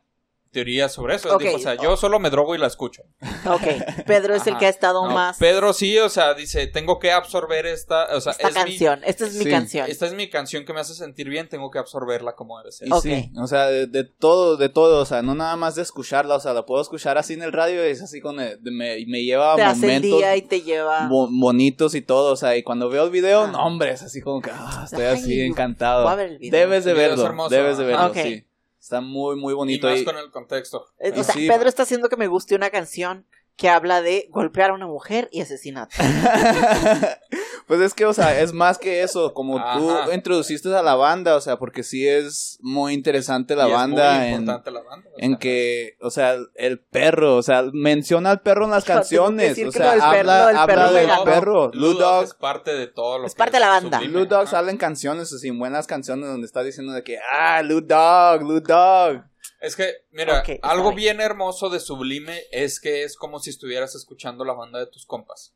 A: teoría sobre eso. Él
B: Ok.
A: dijo, o sea, yo solo me drogo y la escucho.
B: Ok. Pedro es el
A: Ajá.
B: que ha estado
A: No,
B: más.
A: Pedro sí, o sea, dice, tengo que absorber esta, o sea,
B: esta
A: es mi-
B: canción. Esta es mi
C: Sí.
B: canción.
A: esta es mi canción que me hace sentir bien, tengo que absorberla como debe ser.
C: Y
B: Ok.
C: sí, o sea, de, de todo, de todo, o sea, no nada más de escucharla, o sea, la puedo escuchar así en el radio y es así con el- de- me, me lleva
B: te hace el
C: momentos
B: día y te lleva.
C: bo- bonitos y todo, o sea, y cuando veo el video,
B: Ah.
C: no, hombre, es así como que ah, estoy
B: Ay,
C: así
B: voy a
C: encantado.
B: ver el video.
C: Debes de
A: El video es
C: verlo,
A: hermoso.
C: debes de verlo,
B: Ok.
C: sí. Está muy, muy
A: Y
C: bonito.
A: más
C: y-
A: con el contexto.
B: Eh,
C: Ah,
B: O sea,
C: sí.
B: Pedro está haciendo que me guste una canción que habla de golpear a una mujer y asesinato.
C: pues es que, o sea, es más que eso, como tú
A: Ajá.
C: introduciste a la banda, o sea, porque sí es muy interesante la
A: Y es
C: banda
A: muy
C: en,
A: importante la banda. o
C: en
A: sea,
C: que, o sea, el perro, o sea, menciona al perro en las
B: Hijo, tengo
C: canciones,
B: que decir
C: o
B: que
C: sea,
B: lo del perro-
C: habla,
B: lo del
C: habla
B: perro me
C: del
B: ganó.
C: perro, Blue Dog.
A: es parte de todo lo
B: Es
A: que
B: parte de la banda.
A: sublime,
C: Blue Dog
A: ajá.
C: salen canciones así, buenas canciones donde está diciendo de que, ah, Blue Dog, Blue Dog.
A: Es que, mira,
B: Ok, está
A: algo
B: bien.
A: bien hermoso de Sublime es que es como si estuvieras escuchando la banda de tus compas.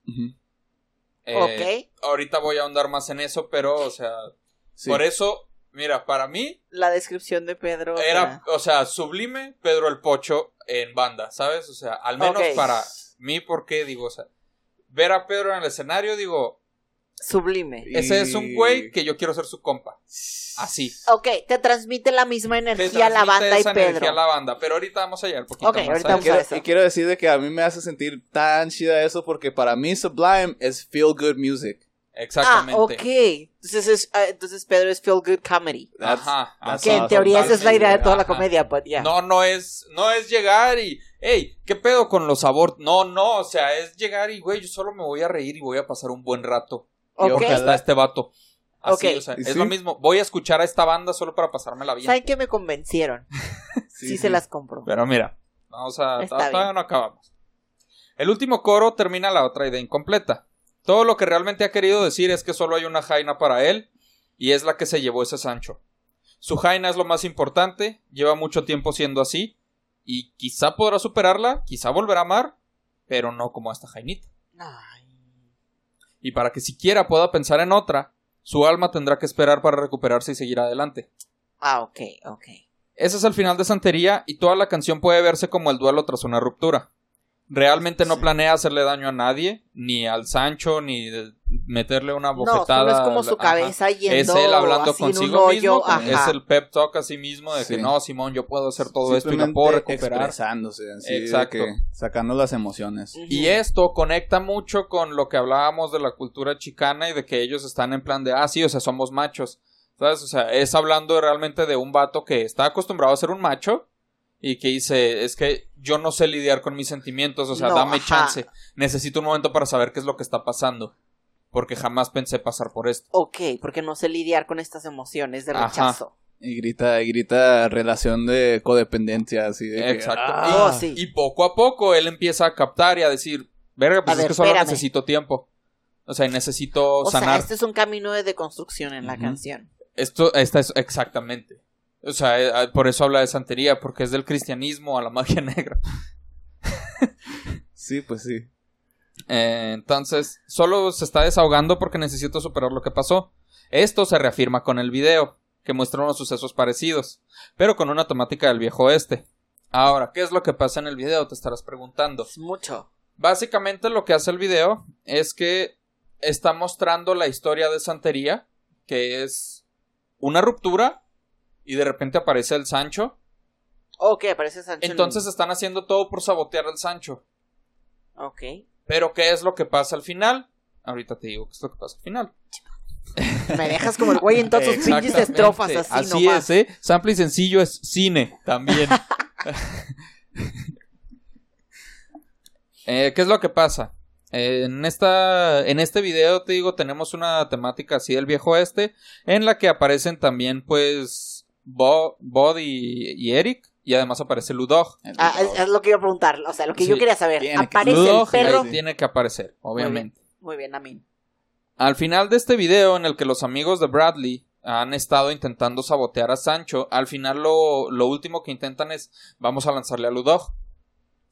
A: Eh,
B: ok.
A: Ahorita voy a ahondar más en eso, pero, o sea,
C: Sí.
A: por eso, mira, para mí
B: La descripción de Pedro. o
A: era,
B: sea,
A: o sea, Sublime, Pedro el Pocho en banda, ¿sabes? O sea, al menos
B: Ok.
A: para mí, porque digo, o sea, ver a Pedro en el escenario, digo,
B: Sublime.
A: ese es un güey que yo quiero ser su compa. Así.
B: Ok, te transmite la misma
A: Te
B: energía la
A: transmite
B: banda y
A: esa energía
B: Pedro.
A: a la banda, pero ahorita vamos a llegar poquito
B: Ok,
A: más
B: ahorita
A: a
C: Y
B: vamos
A: eso.
C: quiero,
B: eso.
C: y quiero decir de que a mí me hace sentir tan chida eso porque para mí Sublime es feel good music.
B: Ah,
A: Exactamente.
B: ok. Entonces, es, ah, entonces Pedro es feel good comedy.
C: That's-
A: Ajá,
C: that's
B: Que en
C: awesome.
B: teoría esa es la idea de toda la
A: Ajá.
B: comedia, but yeah.
A: No, no es, no es llegar y, hey, ¿qué pedo con los abortos? No, no, o sea, es llegar y, güey, yo solo me voy a reír y voy a pasar un buen rato.
B: Ok.
A: Porque está este vato. Así,
B: Ok.
A: o sea,
C: ¿Y
A: es
C: sí?
A: lo mismo. Voy a escuchar a esta banda solo para pasármela bien.
B: ¿Saben que me convencieron? Sí, se las compro.
A: Pero mira, vamos a.
B: Está
A: todavía
B: bien.
A: no acabamos. El último coro termina la otra idea incompleta. Todo lo que realmente ha querido decir es que solo hay una jaina para él, y es la que se llevó ese Sancho. Su jaina es lo más importante, lleva mucho tiempo siendo así, y quizá podrá superarla, quizá volverá a amar, pero no como a esta jainita.
B: Ay.
A: Y para que siquiera pueda pensar en otra, su alma tendrá que esperar para recuperarse y seguir adelante.
B: Ah, ok, ok.
A: Ese es el final de Santería y toda la canción puede verse como el duelo tras una ruptura. Realmente no
C: Sí.
A: planea hacerle daño a nadie, ni al Sancho, ni de- meterle una
B: No,
A: bofetada.
B: solo es como
A: a la-
B: su
A: ajá.
B: cabeza yendo
A: Es él hablando
B: así en un
A: consigo mismo,
B: hoyo,
A: como-
B: ajá.
A: es el pep talk a sí mismo de que
C: Sí.
A: no, Simón, yo puedo hacer todo esto y lo puedo
C: Simplemente
A: recuperar.
C: Expresándose, así de
A: Exacto.
C: que sacando las emociones.
B: Ujú.
A: Y esto conecta mucho con lo que hablábamos de la cultura chicana y de que ellos están en plan de, ah, sí, o sea, somos machos. ¿Sabes? O sea, es hablando realmente de un vato que está acostumbrado a ser un macho y que dice, es que yo no sé lidiar con mis sentimientos, o sea,
B: No,
A: dame
B: ajá.
A: chance. Necesito un momento para saber qué es lo que está pasando. Porque jamás pensé pasar por esto.
B: Ok, porque no sé lidiar con estas emociones de
A: Ajá.
B: rechazo.
C: Y grita, y grita relación de codependencia, así de que,
A: Exacto.
C: ah,
B: Oh, sí.
A: Y poco a poco él empieza a captar y a decir, verga, pues
B: A
A: es
B: ver,
A: que solo
B: espérame.
A: necesito tiempo. O sea, y necesito
B: O sea,
A: sanar.
B: este es un camino de deconstrucción en la
C: Ujú.
B: canción.
A: Esto, esta es exactamente. O sea, eh, ah, por eso habla de santería, porque es del cristianismo a la magia negra.
C: Sí, pues sí.
A: Eh, entonces, solo se está desahogando porque necesito superar lo que pasó. Esto se reafirma con el video, que muestra unos sucesos parecidos, pero con una temática del viejo este. Ahora, ¿qué es lo que pasa en el video? Te estarás preguntando.
B: Es mucho.
A: Básicamente lo que hace el video es que está mostrando la historia de Santería, que es una ruptura y de repente aparece el Sancho.
B: Ok, aparece Sancho. en-
A: Entonces están haciendo todo por sabotear al Sancho.
B: Ok.
A: Pero ¿qué es lo que pasa al final? Ahorita te digo qué es lo que pasa al final.
B: Me dejas como el güey en todas sus pinches
A: Exactamente.
B: estrofas así, nomás.
A: es, ¿eh? Sample y sencillo es cine también. Eh, ¿Qué es lo que pasa? Eh, en, esta, en este video, te digo, tenemos una temática así del viejo este, en la que aparecen también, pues, Bo- Bod y, y Eric, y además aparece Ludog.
B: Ah, es, es lo que iba a preguntar, o sea, lo que yo
A: Sí.
B: quería saber.
C: Tiene que-
B: ¿Aparece el
A: Ludog
B: perro?
A: ahí tiene que aparecer, obviamente.
B: Muy bien, Amin.
A: Al final de este video, en el que los amigos de Bradley han estado intentando sabotear a Sancho, al final lo, lo último que intentan es vamos a lanzarle a Ludog.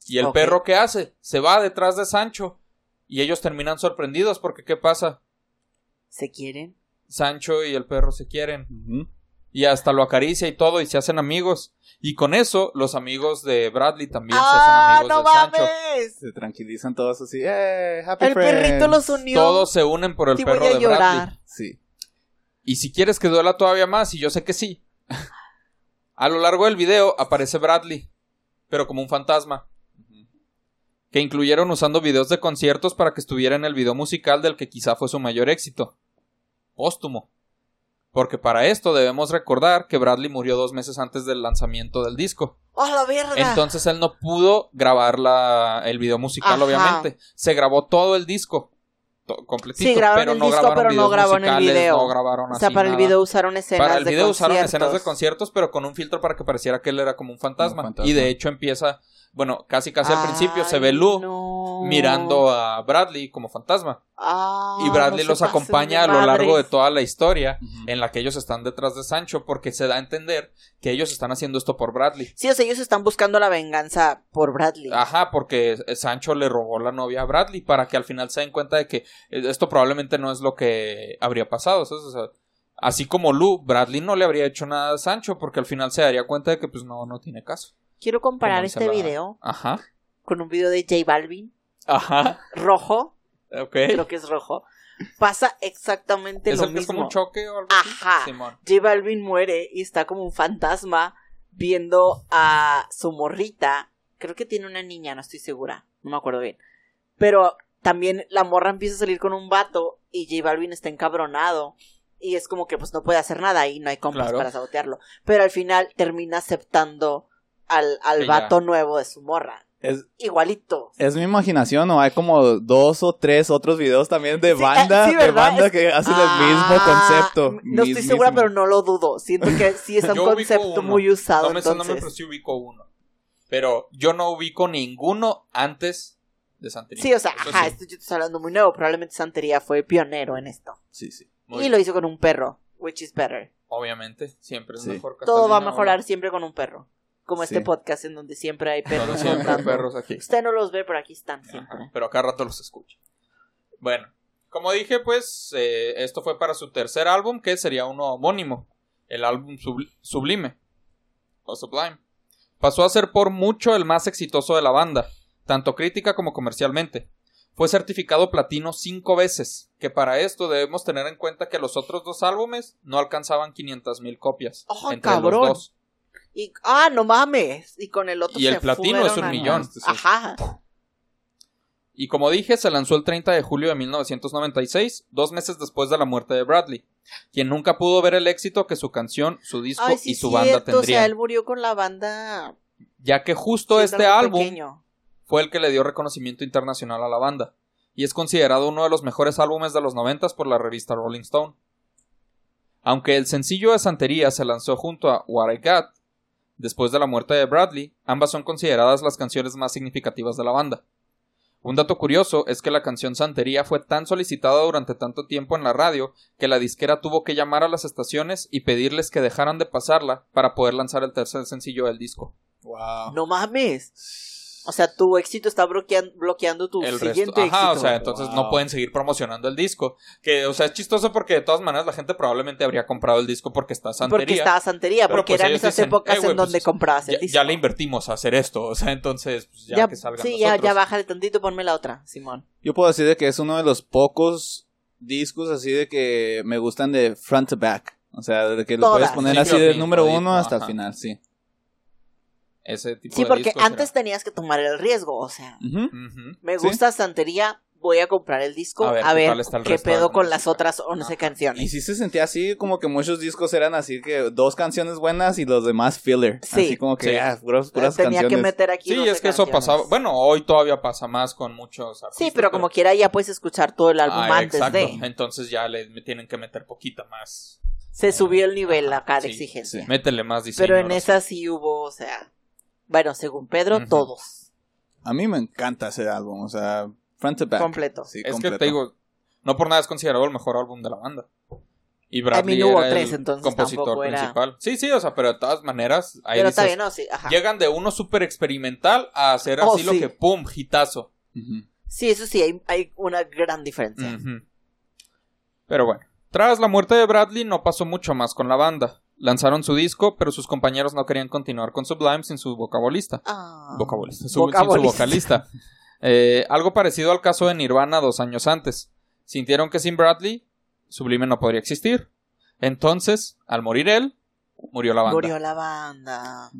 A: ¿Y el
B: Ok.
A: perro qué hace? Se va detrás de Sancho. Y ellos terminan sorprendidos porque ¿qué pasa?
B: ¿Se quieren?
A: Sancho y el perro se
B: ah.
A: quieren.
C: Ujú.
A: Y hasta lo acaricia y todo y se hacen amigos. Y con eso los amigos de Bradley también se hacen
B: ¡Ah,
A: amigos
B: no
A: de Sancho.
B: mames!
C: Se tranquilizan todos así. ¡Eh! ¡Happy
B: El perrito
C: friends!
B: los unió.
A: Todos se unen por el
B: Sí, voy
A: perro
B: a
A: de Bradley.
B: llorar.
C: Sí.
A: Y si quieres que duela todavía más, y yo sé que sí. A lo largo del video aparece Bradley, pero como un fantasma, que incluyeron usando videos de conciertos para que estuviera en el video musical del que quizá fue su mayor éxito. Póstumo. Porque para esto debemos recordar que Bradley murió dos meses antes del lanzamiento del disco.
B: ¡Oh, la verga!
A: Entonces él no pudo grabar la- el video musical,
B: Ajá.
A: obviamente. Se grabó todo el disco. to- completito,
B: Sí, grabaron
A: pero
B: el
A: no
B: disco,
A: grabaron
B: pero no
A: videos
B: grabaron el
A: musicales,
B: video.
A: no grabaron
B: o sea,
A: así
B: para el
A: nada.
B: video usaron escenas
A: Para el
B: de
A: video usaron
B: conciertos.
A: escenas de conciertos, pero con un filtro para que pareciera que él era como un fantasma.
C: Como un fantasma.
A: Y de hecho empieza, bueno, casi casi al principio se
B: Ay,
A: ve Lu
B: no.
A: mirando a Bradley como fantasma.
B: Ah,
A: y Bradley
B: no
A: los
B: se pasen
A: acompaña
B: de
A: a lo largo de
B: madres.
A: toda la historia
C: Ujú.
A: en la que ellos están detrás de Sancho porque se da a entender que ellos están haciendo esto por Bradley.
B: Sí, o sea, ellos están buscando la venganza por Bradley.
A: Ajá, porque Sancho le robó la novia a Bradley para que al final se den cuenta de que eh, esto probablemente no es lo que habría pasado. ¿sabes? O sea, así como Lu, Bradley no le habría hecho nada a Sancho porque al final se daría cuenta de que pues no, no tiene caso.
B: Quiero comparar
A: Como dice
B: este
A: la-
B: video
A: Ajá.
B: con un video de J Balvin,
A: Ajá.
B: rojo,
A: Ok.
B: creo que es rojo. Pasa exactamente
A: ¿Es
B: lo
A: el que es como
B: mismo.
A: un choque o algo
B: Ajá.
A: así? Simón.
B: J Balvin muere y está como un fantasma viendo a su morrita. Creo que tiene una niña, no estoy segura. No me acuerdo bien. Pero también la morra empieza a salir con un vato y J Balvin está encabronado. Y es como que pues no puede hacer nada y no hay compas
A: Claro.
B: para sabotearlo. Pero al final termina aceptando al, al
A: Ella.
B: vato nuevo de su morra.
C: Es,
B: Igualito.
C: es mi imaginación, ¿no? Hay como dos o tres otros videos también de
B: Sí,
C: banda,
B: eh, sí,
C: de
B: ¿verdad?
C: banda
B: Es-
C: que hacen
B: Ah,
C: el mismo concepto.
B: No estoy segura, pero no lo dudo. Siento que sí es un
A: Yo ubico
B: concepto
A: uno.
B: muy usado.
A: No me, no me
B: entonces.
A: pero sí ubico uno. Pero yo no ubico ninguno antes de Santería.
B: Sí, o sea,
A: Eso
B: ajá,
A: sí.
B: esto yo estoy hablando muy nuevo. Probablemente Santería fue pionero en esto.
C: Sí, sí.
A: Muy
B: y
A: bien.
B: lo hizo con un perro, which is better.
A: Obviamente, siempre es
C: Sí.
A: mejor que
B: Todo va a
A: Catalina,
B: mejorar siempre con un perro. Como
C: Sí.
B: este podcast en donde siempre hay
A: ¿no? Donde
B: perros
A: siempre hay
B: contando.
A: perros aquí.
B: Usted no los ve, pero aquí están siempre.
A: Ajá, Pero acá rato los escucho. Bueno, como dije, pues eh, esto fue para su tercer álbum, que sería uno homónimo, el álbum Subl- Sublime o Sublime. Pasó a ser por mucho el más exitoso de la banda, tanto crítica como comercialmente. Fue certificado platino cinco veces, que para esto debemos tener en cuenta que los otros dos álbumes no alcanzaban 500.000 copias
B: ¡Ah,
A: entre los
B: cabrón!
A: dos.
B: Y, ah, no mames. Y con el otro
A: Y el
B: se
A: platino
B: fueron
A: es un
B: a-
A: millón.
B: Ajá.
A: Y como dije, se lanzó el 30 de julio de 1996, dos meses después de la muerte de Bradley, quien nunca pudo ver el éxito que su canción, su disco
B: Ay, sí,
A: y su
B: cierto.
A: banda
B: O sea,
A: tendrían,
B: él murió con la banda.
A: ya que justo
B: siendo
A: este
B: algo
A: álbum
B: pequeño.
A: fue el que le dio reconocimiento internacional a la banda, y es considerado uno de los mejores álbumes de los 90 por la revista Rolling Stone. Aunque el sencillo de Santería se lanzó junto a What I Got, después de la muerte de Bradley, ambas son consideradas las canciones más significativas de la banda. Un dato curioso es que la canción Santería fue tan solicitada durante tanto tiempo en la radio que la disquera tuvo que llamar a las estaciones y pedirles que dejaran de pasarla para poder lanzar el tercer sencillo del disco.
C: Wow.
B: No mames. O sea, tu éxito está bloquean- bloqueando tu
A: el
B: siguiente
A: resto. Ajá,
B: éxito.
A: o sea, entonces no
C: Wow.
A: pueden seguir promocionando el disco. Que, o sea, es chistoso porque de todas maneras la gente probablemente habría comprado el disco porque está santería.
B: porque estaba santería,
A: Pero,
B: porque
A: pues,
B: eran
A: ellos
B: esas
A: dicen,
B: épocas
A: "Eh, güey,
B: en donde
A: pues,
B: comprabas el
A: ya,
B: disco.
A: ya le invertimos a hacer esto, o sea, entonces pues, ya,
B: Ya-
A: que salgan
B: Sí, ya,
A: nosotros.
B: ya bájale tantito, ponme la otra, Simón.
C: Yo puedo decir de que es uno de los pocos discos así de que me gustan de front to back. O sea, de que lo
B: Todas.
C: puedes poner así
A: Principio a
C: del
A: fin,
C: número
A: todito,
C: uno hasta
A: ajá.
C: el final, sí.
A: Ese tipo
B: Sí,
A: de
B: porque
A: discos era-
B: antes tenías que tomar el riesgo, o sea,
C: Ujú.
A: Ujú.
B: me
C: Sí.
B: gusta santería, voy a comprar el disco,
A: A
B: a
A: ver,
B: ver,
A: ¿qué
B: qué,
A: tal está el resto de
B: pedo con
A: música? Ah,
B: las otras 11
C: Y
B: canciones.
C: sí se sentía así, como que muchos discos eran así que dos canciones buenas y los demás filler.
B: Sí.
C: Así como que
A: Sí.
C: ah, puras, puras
B: Tenía
C: canciones.
B: que meter aquí.
A: Sí,
B: 12
A: es que eso
B: canciones.
A: pasaba. Bueno, hoy todavía pasa más con muchos artistas,
B: Sí, pero como quiera ya puedes escuchar todo el álbum
A: Ah,
B: antes
A: exacto.
B: de.
A: Entonces ya le me tienen que meter poquita más.
B: Se subió el nivel
A: Ajá,
B: acá de
A: sí,
B: exigencia.
C: sí.
A: Métele más diseño.
B: pero en
A: ahora sí.
B: esa sí hubo, o sea, bueno, según Pedro,
A: Ujú.
B: todos.
C: A mí me encanta ese álbum, o sea, front to back.
B: Completo.
C: Sí,
A: Es
C: completo.
A: que te digo, no por nada es considerado el mejor álbum de la banda. Y Bradley
B: hubo
A: era
B: tres,
A: el
B: entonces
A: compositor
B: tampoco era-
A: principal. Sí, sí, o sea, pero de todas maneras, ahí dices,
B: pero está bien, no, sí, ajá.
A: llegan de uno súper experimental a hacer
B: Oh,
A: así lo
B: sí.
A: que pum, hitazo.
C: Ujú.
B: Sí, eso sí, hay, hay una gran diferencia.
A: Ujú. Pero bueno, tras la muerte de Bradley no pasó mucho más con la banda. Lanzaron su disco, pero sus compañeros no querían continuar con Sublime sin su vocabolista.
B: Ah.
A: Vocabolista, su, sin su
B: Vocabolista.
A: vocalista. Eh, algo parecido al caso de Nirvana dos años antes. Sintieron que sin Bradley, Sublime no podría existir. Entonces, al morir él, murió la banda.
B: Murió la banda.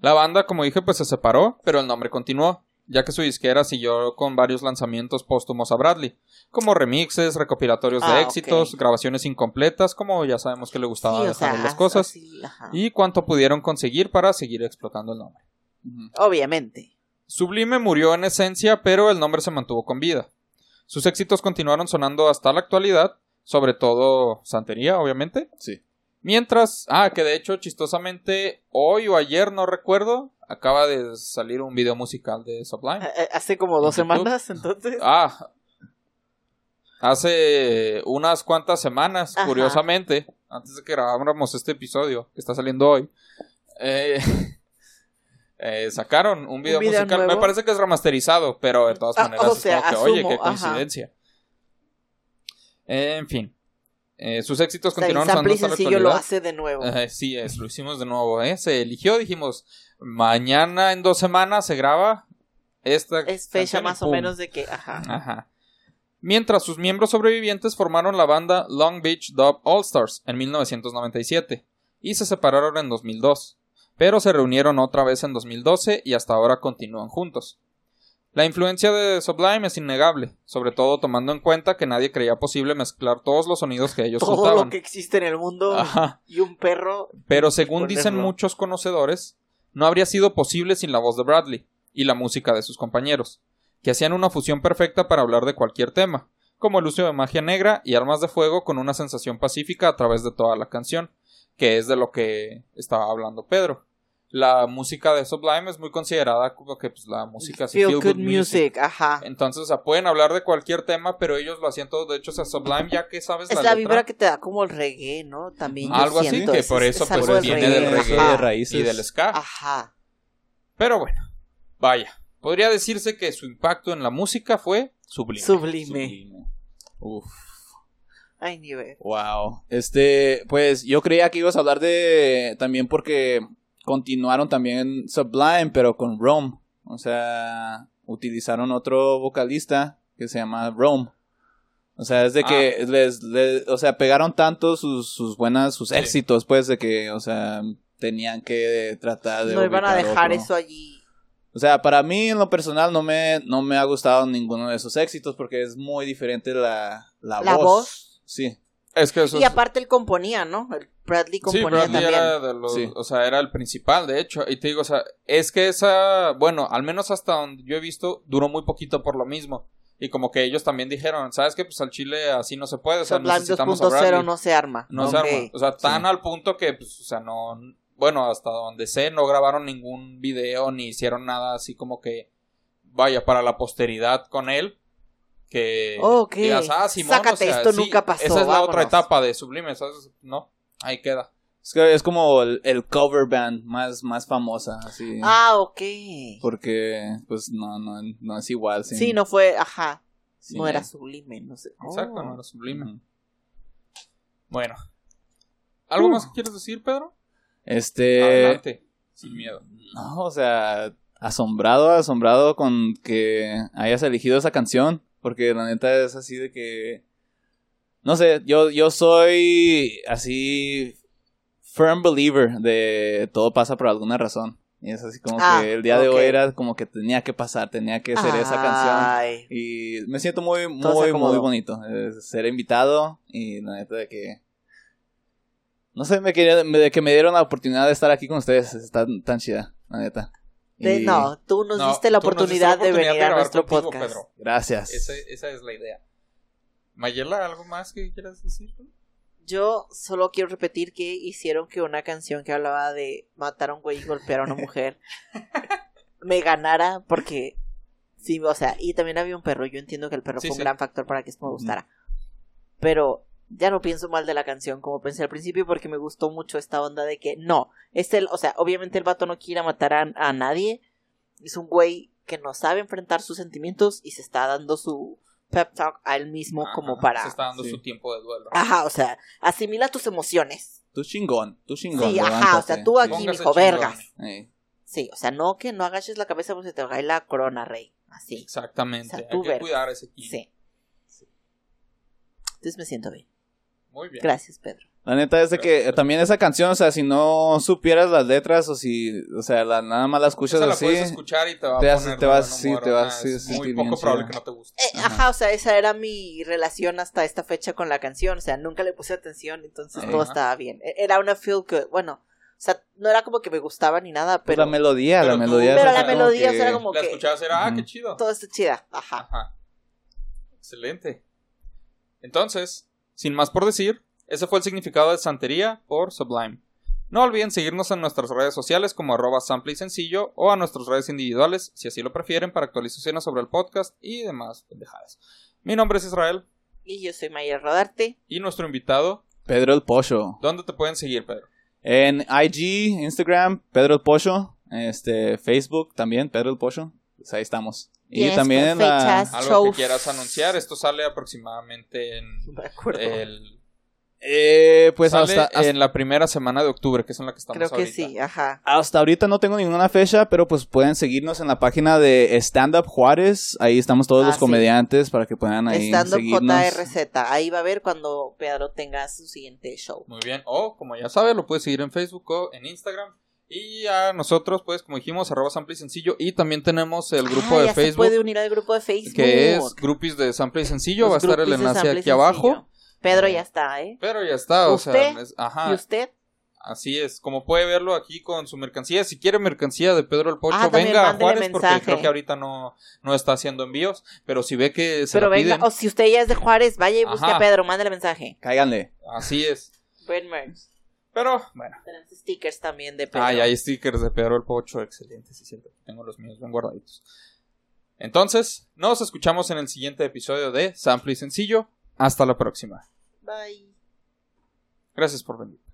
A: La banda, como dije, pues se separó, pero el nombre continuó, ya que su disquera siguió con varios lanzamientos póstumos a Bradley, como remixes, recopilatorios de
B: Ah,
A: éxitos,
B: ok.
A: grabaciones incompletas, como ya sabemos que le gustaba
B: Sí, o
A: dejar
B: sea,
A: las cosas,
B: así, ah. ajá.
A: y cuánto pudieron conseguir para seguir explotando el nombre.
C: Ujú.
B: Obviamente.
A: Sublime murió en esencia, pero el nombre se mantuvo con vida. Sus éxitos continuaron sonando hasta la actualidad, sobre todo Santería, obviamente.
C: Sí.
A: Mientras, ah, que de hecho, chistosamente, hoy o ayer, no recuerdo, acaba de salir un video musical de Sublime.
B: Eh, eh, Hace como dos
A: ¿En YouTube?
B: semanas, entonces.
A: Ah, hace unas cuantas semanas,
B: Ajá.
A: curiosamente, antes de que grabáramos este episodio, que está saliendo hoy, eh, eh, sacaron un video,
B: video
A: musical. Me
B: nuevo?
A: parece que es remasterizado, pero de todas
B: Ah,
A: maneras,
B: o
A: es
B: sea,
A: como que,
B: asumo,
A: oye, qué
B: ajá.
A: coincidencia. Eh, en fin, Eh, sus éxitos
B: Está bien,
A: continuaron sonando
B: Sample y
A: hasta la
B: sencillo lo
A: actualidad.
B: hace de nuevo.
A: Eh, sí, es, lo hicimos de nuevo, ¿eh? Se eligió, dijimos, mañana en dos semanas se graba esta.
B: es
A: canción
B: fecha
A: y
B: más o
A: ¡pum!
B: menos de que, ajá.
A: Ajá. Mientras sus miembros sobrevivientes formaron la banda Long Beach Dub All Stars en 1997 y se separaron en 2002, pero se reunieron otra vez en 2012 y hasta ahora continúan juntos. La influencia de Sublime es innegable, sobre todo tomando en cuenta que nadie creía posible mezclar todos los sonidos que ellos
B: Todo
A: juntaban.
B: lo que existe en el mundo
A: Ajá.
B: y un perro.
A: Pero según dicen
B: Ponerlo.
A: muchos conocedores, no habría sido posible sin la voz de Bradley y la música de sus compañeros, que hacían una fusión perfecta para hablar de cualquier tema, como el uso de magia negra y armas de fuego con una sensación pacífica a través de toda la canción, que es de lo que estaba hablando Pedro. La música de Sublime es muy considerada como que pues, la música así,
B: Feel good music, ajá.
A: Entonces, o sea, pueden hablar de cualquier tema, pero ellos lo hacían todo. De hecho, o sea, Sublime, ya que sabes
B: Es
A: la,
B: la
A: letra,
B: vibra que te da como el reggae, ¿no? También. yo
A: algo así,
B: siento,
A: que
B: es-
A: por
B: es-
A: eso
B: es
A: pues,
B: algo
A: viene del reggae Ah.
B: ajá.
C: de raíces.
A: y del ska.
B: Ajá.
A: Pero bueno, vaya. Podría decirse que su impacto en la música fue sublime.
B: Sublime.
C: Uf.
B: Ay, ni ver.
C: Wow. Este, pues yo creía que ibas a hablar de también porque continuaron también Sublime, pero con Rome. O sea, utilizaron otro vocalista que se llama Rome. O sea, es de que
A: Ah.
C: les, les- o sea, pegaron tanto sus, sus buenas, sus
A: Sí.
C: éxitos, pues, de que, o sea, tenían que tratar de.
B: No iban a
C: ubicar
B: dejar
C: otro.
B: eso allí.
C: O sea, para mí en lo personal no me, no me ha gustado ninguno de esos éxitos porque es muy diferente la, la,
B: La
C: voz.
B: voz.
C: Sí.
A: Es que eso
B: Y
A: es...
B: aparte él componía, ¿no? El Bradley
A: Sí,
B: componía
A: Bradley
B: también.
A: era de los-
C: Sí.
A: o sea, era el principal, de hecho. Y te digo, o sea, es que esa, bueno, al menos hasta donde yo he visto, duró muy poquito por lo mismo. Y como que ellos también dijeron, ¿sabes qué? Pues al Chile así no se puede, o sea,
B: Sublime
A: necesitamos a Bradley.
B: 2.0 no se arma.
A: No se
B: Ok.
A: arma. O sea, tan
C: Sí.
A: al punto que, pues, o sea, no. Bueno, hasta donde sé, no grabaron ningún video ni hicieron nada así como que. Vaya, para la posteridad con él. Que.
B: Ok.
A: Digas, ah, Simón, o
B: Sácate,
A: sea,
B: esto
A: sí,
B: nunca pasó,
A: Esa es la otra
B: vámonos.
A: etapa de Sublime, ¿sabes? No, ahí queda.
C: Es, que es como el, el cover band más, más famosa, así.
B: Ah, ok.
C: Porque, pues, no, no, no es igual. sin-
B: Sí, no fue, ajá.
C: sin
B: No era
C: él.
B: sublime, no sé.
A: Exacto,
B: Oh.
A: no era sublime.
C: Ujú.
A: Bueno. ¿Algo
C: Uh.
A: más que quieres decir, Pedro?
C: Este.
A: Adelante. Sin miedo.
C: No, o sea, asombrado, asombrado con que hayas elegido esa canción. Porque la neta es así de que. No sé, yo, yo soy así. Firm believer de todo pasa por alguna razón. Y es así como
B: Ah,
C: que el día de
B: ok. Ah,
C: hoy era como que tenía que pasar, tenía que ser esa canción.
B: Ay.
C: Y me siento muy,
B: Todo se
C: muy,
B: acomodó.
C: muy bonito eh, ser invitado y la neta de que... No sé, me quería, me- de que me dieron la oportunidad de estar aquí con ustedes. Está tan chida, la neta.
B: Te-
C: Y
B: No, tú nos
A: No,
B: diste la
A: tú nos diste
B: oportunidad de
A: oportunidad
B: venir a
A: grabar
B: nuestro
A: contigo,
B: podcast.
A: Pedro.
C: Gracias.
A: Ese- esa es la idea. Mayela, ¿algo más que quieras decir?
B: Yo solo quiero repetir que hicieron que una canción que hablaba de matar a un güey y golpear a una mujer me ganara porque sí, o sea, y también había un perro, yo entiendo que el perro
A: Sí,
B: fue un
A: sí.
B: gran factor para que esto me
C: Ujú.
B: gustara. Pero ya no pienso mal de la canción como pensé al principio porque me gustó mucho esta onda de que no, es el, o sea, obviamente el vato no quiere matar a, a nadie, es un güey que no sabe enfrentar sus sentimientos y se está dando su pep talk a él mismo como
A: Ajá,
B: para Ah,
A: Se está dando
C: sí.
A: su tiempo de duelo.
B: Ajá, o sea, asimila tus emociones.
C: Tú chingón, tú chingón.
B: Sí, ajá, o
C: levántate.
B: sea, tú aquí,
A: Póngase
B: mijo,
A: chingón.
B: vergas.
C: Ey,
B: Sí, o sea, no que no agaches la cabeza porque se te va a caer la corona, rey. Así,
A: Exactamente.
B: O sea, tú
A: Hay que
B: vergas.
A: cuidar ese ki.
B: sí. Entonces me siento bien.
A: Muy bien.
B: Gracias, Pedro.
C: La neta es de que eh, también esa canción, o sea, si no supieras las letras o si, o sea, la- nada más la escuchas
A: Esa la
C: así.
A: puedes escuchar y te va
C: te
A: a
C: hace-
A: poner
C: te
A: de
C: vas-
A: buen
C: sí,
A: humor,
C: te vas
A: ajá,
C: a
A: es
C: sentir
A: muy
C: bien
A: poco probable
C: chida.
A: que no te guste.
B: Eh, ajá.
C: Ajá.
B: o sea, esa era mi relación hasta esta fecha con la canción. O sea, nunca le puse atención, entonces
C: Ajá.
B: todo estaba bien. E- Era una feel good. Bueno, o sea, no era como que me gustaba ni nada, Pues
C: Pero,
B: pero,
C: pues la melodía,
A: pero
C: la
A: tú-
C: melodía.
B: pero
C: es
B: la
C: así como
B: melodía, o
C: que-
B: sea, era como
A: La
B: que ah.
A: escuchabas era, ah,
C: Ujú.
A: qué chido.
B: todo está chida. Ajá.
A: Ajá. Excelente. Entonces, sin más por decir, ese fue el significado de santería por Sublime. No olviden seguirnos en nuestras redes sociales como arroba sample y sencillo o a nuestras redes individuales, si así lo prefieren, para actualizaciones sobre el podcast y demás pendejadas. Mi nombre es Israel
B: Y yo soy Mayer Rodarte.
A: y nuestro invitado.
C: Pedro el Pocho.
A: ¿Dónde te pueden seguir, Pedro?
C: En IG, Instagram, Pedro el Pocho. Este, Facebook también, Pedro el Pocho. Pues ahí estamos. Y
B: Yes,
C: también
B: con
C: en la,
B: fechas.
A: Algo
B: Shows.
A: que quieras anunciar. Esto sale aproximadamente en
B: No me acuerdo.
A: el-
C: eh, pues
A: sale
C: hasta, hasta,
A: en la primera semana de octubre, que es en la que estamos
B: Creo que
A: ahorita.
B: sí, ajá.
C: hasta ahorita no tengo ninguna fecha, pero pues pueden seguirnos en la página de Stand Up Juárez. Ahí estamos todos
B: Ah,
C: los
B: sí.
C: comediantes para que puedan ahí
B: Estando
C: seguirnos.
B: JRZ. Ahí va a ver cuando Pedro tenga su siguiente show.
A: Muy bien. O, como ya sabes, lo puedes seguir en Facebook o en Instagram. Y a nosotros, pues, como dijimos, arroba sample y sencillo. Y también tenemos el grupo
B: Ah,
A: de
B: ya Se puede
A: Facebook,
B: unir al grupo de Facebook.
A: que es Grupis de Sample y Sencillo.
B: Los
A: Va a estar el
B: grupis de
A: enlace
B: Sample
A: aquí
B: y
A: abajo.
B: Sencillo. Pedro ya está, ¿eh?
A: Pero ya está, o sea,
B: ¿Usted?
A: es-
B: ¿Y
A: ajá,
B: usted?
A: así es. Como puede verlo aquí con su mercancía, si quiere mercancía de Pedro el Pocho,
B: Ah, también
A: venga a
B: mándele
A: Juárez, porque
B: mensaje.
A: creo que ahorita no, no está haciendo envíos, pero si ve que se
B: Pero
A: la
B: venga,
A: piden,
B: o si usted ya es de Juárez, vaya y busque
A: Ajá.
B: a Pedro, mándale mensaje.
C: Cáiganle.
A: así es.
B: Buen merch.
A: Pero, bueno.
B: Tenemos stickers también de Pedro.
A: Ay, hay stickers de Pedro el Pocho, excelente, sí, siento que tengo los míos bien guardaditos. Entonces, nos escuchamos en el siguiente episodio de Sample y Sencillo. Hasta la próxima.
B: Bye.
A: Gracias por venir.